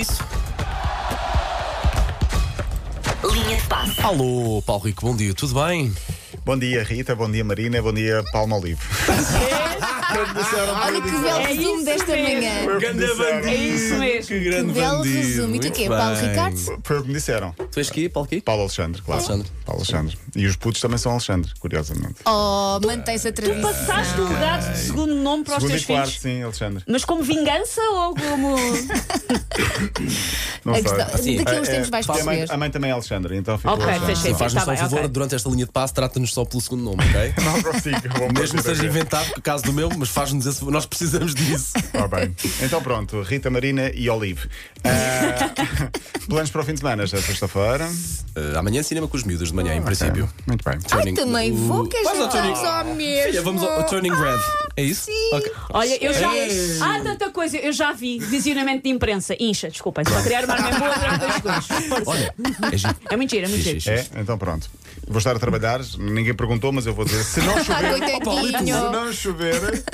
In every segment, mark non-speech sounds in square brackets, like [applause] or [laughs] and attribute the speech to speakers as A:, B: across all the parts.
A: isso?
B: Linha de passe.
A: Alô, Paulo Rico, bom dia, tudo bem?
C: Bom dia, Rita. Bom dia, Marina. Bom dia, Palma Olivo.
D: Olha que belo
E: É
D: resumo
E: isso
D: desta
E: mesmo.
D: manhã.
A: Grande bandido!
E: É isso mesmo.
A: Que grande
D: Que belo
A: bandido!
D: resumo. E tu
A: muito
D: quê? Paulo
A: bem.
D: Ricardo?
C: Foi o que me disseram.
A: Tu és que Paulo Rico?
C: Paulo Alexandre, claro.
A: Alexandre.
C: Paulo Alexandre. E os putos também são Alexandre, curiosamente.
D: Oh, mantém-se a tradição.
E: Passaste o dado de segundo nome para os
C: Segundo
E: teus
C: e quarto,
E: filhos.
C: sim, Alexandre.
E: Mas como vingança ou como.
C: Não
D: A
C: sei.
D: questão-
A: Assim,
D: daqui a uns
C: É,
D: tempos
C: é,
D: vais
C: porque a mãe,
D: perceber.
C: a mãe também é Alexandre, então ficou
E: Ok,
C: Alexandre.
E: fechei.
A: Faz-nos só
E: Tá
A: um
E: bem,
A: favor,
E: ok.
A: durante esta linha de passo, trata-nos só pelo segundo nome, ok?
C: [laughs] Não consigo.
A: Mesmo
C: vou
A: que
C: fazer
A: seja
C: aqui.
A: inventado, por caso do meu, mas faz-nos esse favor, nós precisamos disso.
C: Tá bem. Então pronto, Rita Marina e
D: [laughs]
C: Olive. Ah, planos para o fim de semana, já é sexta-feira.
A: Eh, amanhã cinema com os miúdos, de manhã, em princípio.
C: Muito bem.
D: Ai, também vou, que
A: Queres Vamos ao Turning,
D: estamos ao
A: Filha,
D: mesmo. Ah,
A: vamos ao, ao Turning Red. É isso?
D: Sim.
A: Ok.
E: Olha, eu já.
A: Ei.
E: Há tanta coisa, eu já vi visionamento de imprensa. Incha, desculpa, só queria armar uma boa durante dois segundos.
A: Olha, é giro.
E: É mentira, é
A: Fixe,
E: mentira.
A: fixe,
C: É,
A: fixe.
C: então pronto. Vou estar a trabalhar, ninguém perguntou, mas eu vou dizer.
D: [laughs]
C: Se não
D: Ah,
C: chover,
D: coitadinho.
C: se não chover,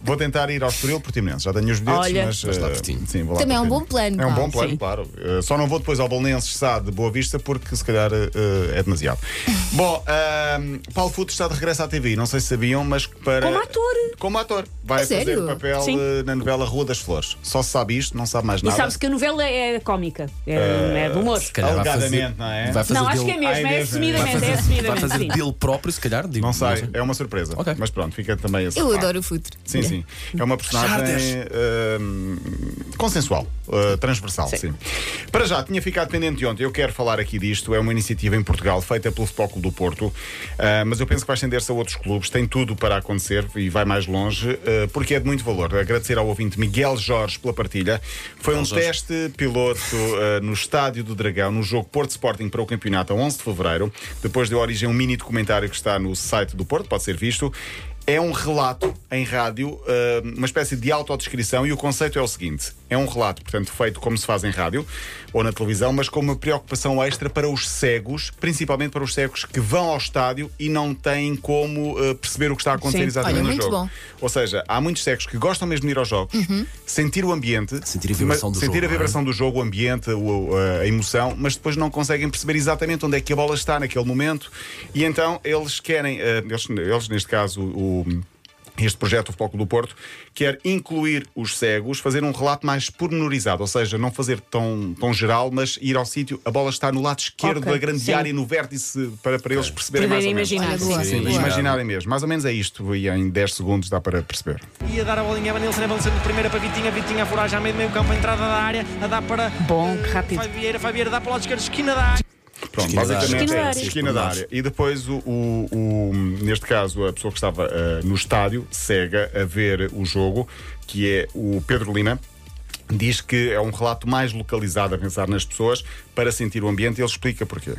C: vou tentar ir ao Estoril Portimonense. Já tenho os bilhetes,
E: Olha.
C: mas.
A: Mas lá
C: eh,
A: pertinho.
C: sim, vou lá
D: Também é um
C: pertinho.
D: bom plano,
C: É um
D: Paulo,
C: bom plano,
E: sim.
C: claro. Eh, só não vou depois ao Bolonenses Sá de Boa Vista, porque se calhar eh, é
D: [laughs]
C: demasiado. bom, ahm, Paulo Futo está de regresso à TV. Não sei se sabiam, mas para.
E: Como ator.
C: Como ator. Vai
D: A
C: fazer
D: sério?
C: papel
E: Sim.
C: eh, na novela Rua das Flores. Só se sabe isto, não sabe mais
E: E
C: nada.
E: sabe-se que a novela é cómica, é, é de humor.
A: Se calhar vai fazer,
C: Alegadamente, não é?
A: vai fazer
E: Não, acho que
A: dele-
E: é
C: Ah, é
E: mesmo, é
C: mesmo,
A: Vai
E: assumidamente, é
A: fazer, vai
E: assumidamente.
A: fazer
E: sim.
A: dele próprio, se calhar, digo.
C: Não sei, é uma surpresa.
A: Ok.
C: Mas pronto, fica também esse.
D: Eu
C: reparo.
D: adoro o futuro.
C: Sim, sim. É uma personagem
A: Charters.
C: ahm, consensual, ah, transversal, sim. Para já, tinha ficado pendente de ontem. Eu quero falar aqui disto. É uma iniciativa em Portugal feita pelo Futebol Clube do Porto, ah, mas eu penso que vai estender-se a outros clubes. Tem tudo para acontecer e vai mais longe, ah, porque é de muito valor. Agradecer ao ouvinte Miguel Jorge pela partilha. Foi um
A: Jorge.
C: teste piloto ah, no Estádio do Dragão, no jogo Porto Sporting para o campeonato a 11 de fevereiro. Depois deu origem a um mini documentário que está no site do Porto, pode ser visto. É um relato em rádio, eh, uma espécie de autodescrição, e o conceito é o seguinte: é um relato, portanto, feito como se faz em rádio ou na televisão, mas com uma preocupação extra para os cegos, principalmente para os cegos que vão ao estádio e não têm como eh, perceber o que está a acontecer
E: Sim.
C: exatamente
D: Olha,
C: no
D: muito
C: jogo.
D: bom. Uhum.
C: Ou seja, há muitos cegos que gostam mesmo de ir aos jogos, sentir o ambiente,
A: Sentir a vibração
C: mas-
A: do
C: sentir
A: jogo, é?
C: a vibração do jogo, o ambiente, o- eh, a emoção, mas depois não conseguem perceber exatamente onde é que a bola está naquele momento. E então eles querem, eh, eles, eles, neste caso, o- Este projeto, o Foco do Porto, quer incluir os cegos, fazer um relato mais pormenorizado, ou seja, não fazer tão, tão geral, mas ir ao sítio, a bola está no lado esquerdo
E: Ok,
C: da grande
E: sim.
C: área, no vértice, para, para eles perceberem mais ou
E: Poderem
C: menos.
E: imaginar.
D: Olha, boa.
C: Sim,
A: Sim,
C: imaginarem mesmo. Mais ou menos é isto, e em 10 segundos dá para perceber.
F: E a dar a bolinha a Vanilson, Evanilson de primeira para Vitinha, Vitinha a furar já meio do meio campo, a entrada da área, a dar para
E: Bom, que rápido.
F: Fabieira, Fabieira dá para o lado esquerdo, esquina da área.
C: Pronto,
A: Esquina da área.
C: basicamente
E: Esquina da
C: é
E: área.
C: isso, esquina da área. E depois, o, o- o- neste caso, a pessoa que estava ah, no estádio, cega, a ver o jogo, que é o Pedro Lima. Diz que é um relato mais localizado a pensar nas pessoas para sentir o ambiente e ele explica porquê.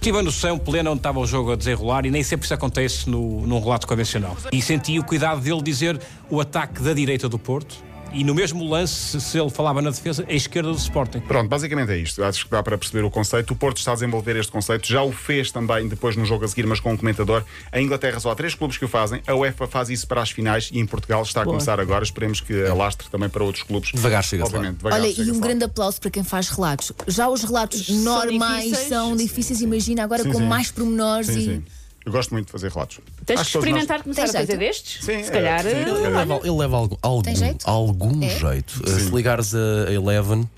G: Tive a noção plena onde estava o jogo a desenrolar e nem sempre isso acontece no, num relato convencional. E senti o cuidado dele dizer o ataque da direita do Porto e no mesmo lance, se- se ele falava na defesa, a esquerda do Sporting.
C: Pronto, basicamente é isto. Acho que dá para perceber o conceito. O Porto está a desenvolver este conceito. Já o fez também depois no jogo a seguir, mas com um comentador. A Inglaterra só há três clubes que o fazem. A UEFA faz isso para as finais e em Portugal está a começar agora. Esperemos que alastre também para outros clubes.
A: Devagar chega-se lá.
C: Obviamente, devagar
D: Olha,
C: chega-se
D: e um
C: lá.
D: grande aplauso para quem faz relatos. Já os relatos
E: São
D: normais
E: difíceis.
D: são difíceis, imagina, agora
C: Sim,
D: com
C: sim.
D: mais pormenores
C: Sim,
D: e.
C: sim. Eu gosto muito de fazer relatos.
E: Tens
C: Acho
E: que
C: todos nós-
E: experimentar começar a
D: Tem
E: fazer
D: jeito.
E: destes?
C: Sim,
E: se
C: é,
E: calhar.
C: sim,
E: eh,
C: ele
A: Ele leva,
E: olha,
A: ele leva algum, algum,
D: Tem jeito?
A: algum
D: É?
A: jeito. Uh, Se ligares a, a Eleven,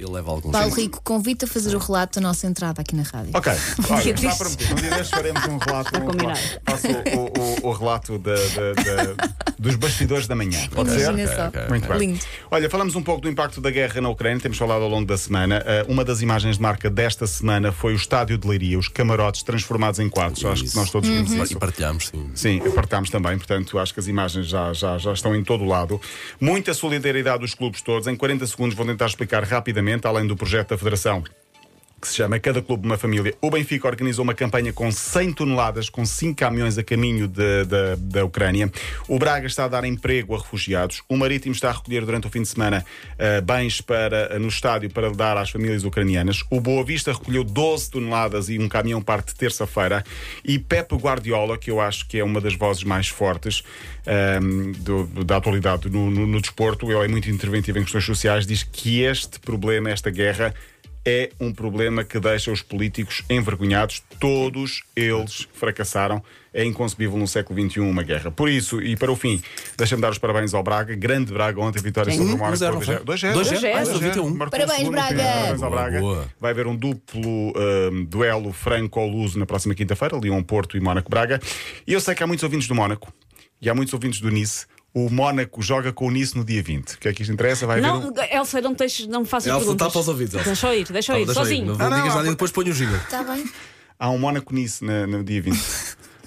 A: ele leva algum
D: Paulo
A: jeito.
D: Rico, convido-te a fazer o relato da nossa entrada aqui na rádio.
E: [laughs]
C: Ok, olha,
E: Dia
C: está
E: deste.
C: prometido. Um dia destes faremos um relato. um
E: combinado.
C: relato. Faço o, o- o relato da- da- da- dos bastidores da manhã. Pode ser?
D: Imagina só.
A: ok,
C: Muito bem.
D: Lindo.
C: Olha, falamos um pouco do impacto da guerra na Ucrânia, temos falado ao longo da semana. Ah, uma das imagens de marca desta semana foi o estádio de Leiria, os camarotes transformados em quadros. Acho que
A: Isso.
C: nós
E: Uhum.
D: Uhum.
C: todos vimos isso.
A: E partilhamos, sim.
C: Sim, apartámos também, portanto, acho que as imagens já, já, já estão em todo o lado. Muita solidariedade dos clubes todos. Em 40 segundos vou tentar explicar rapidamente, além do projeto da Federação. que se chama Cada Clube Uma Família. O Benfica organizou uma campanha com 100 toneladas, com 5 caminhões a caminho de- da- da Ucrânia. O Braga está a dar emprego a refugiados. O Marítimo está a recolher durante o fim de semana eh, bens para, no estádio para dar às famílias ucranianas. O Boa Vista recolheu 12 toneladas e um caminhão parte terça-feira. E Pepe Guardiola, que eu acho que é uma das vozes mais fortes ehm, do- do- da atualidade no, no- no desporto, ele é muito interventivo em questões sociais, diz que este problema, esta guerra, é um problema que deixa os políticos envergonhados. Todos eles fracassaram. É inconcebível no século XXI uma guerra. Por isso, e para o fim, deixa-me dar os parabéns ao Braga. Grande Braga ontem, vitória sobre o Mónaco.
A: Mas era,
C: por
A: não foi?
C: 2-0. 2-0.
A: Dois
E: zero.
C: Ah, 2-0.
A: 21.
C: Marcou o
D: Parabéns,
C: segundo,
D: Braga.
C: sim, Parabéns
A: Boa,
C: ao Braga.
A: boa.
C: Vai haver um duplo hum, duelo franco-luso na próxima quinta-feira. Lyon Porto e Mónaco-Braga. E eu sei que há muitos ouvintes do Mónaco e há muitos ouvintes do Nice. O Mónaco joga com o Nice no dia 20. O que é que isto interessa? Vai haver um...
E: Não, Elsa, não, me deixes, não me faças
A: Elsa,
E: perguntas.
A: tapa os ouvidos, Elsa.
E: Deixa eu ir, deixa eu ir,
A: Deixa eu ir.
E: sozinho.
A: Ah, Não, digas
C: não,
A: nada e depois ponho o [laughs] giga.
D: Está Tá bem?
C: Há um Mónaco Nice na- no
D: [laughs]
C: dia 20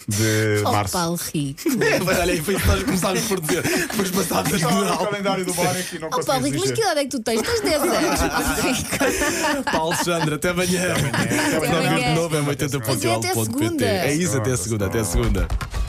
C: de
D: Oh,
C: março.
D: Paulo Rico.
A: É, Olha aí, foi isso que nós começámos por dizer. Depois passámos a
C: Estava no
A: ignorar.
C: calendário do Mónaco e não
D: Oh, Paulo
C: consegui
D: Rico, mas que
C: resistir.
D: idade é que tu tens? Tens 10
C: [laughs]
D: anos. Paulo Rico.
A: é Paulo Alexandre, até amanhã.
D: Até
A: Nós vemos
D: amanhã.
A: de novo é 80.1.
D: Mas é até segunda.
A: É isso, até segunda, até segunda.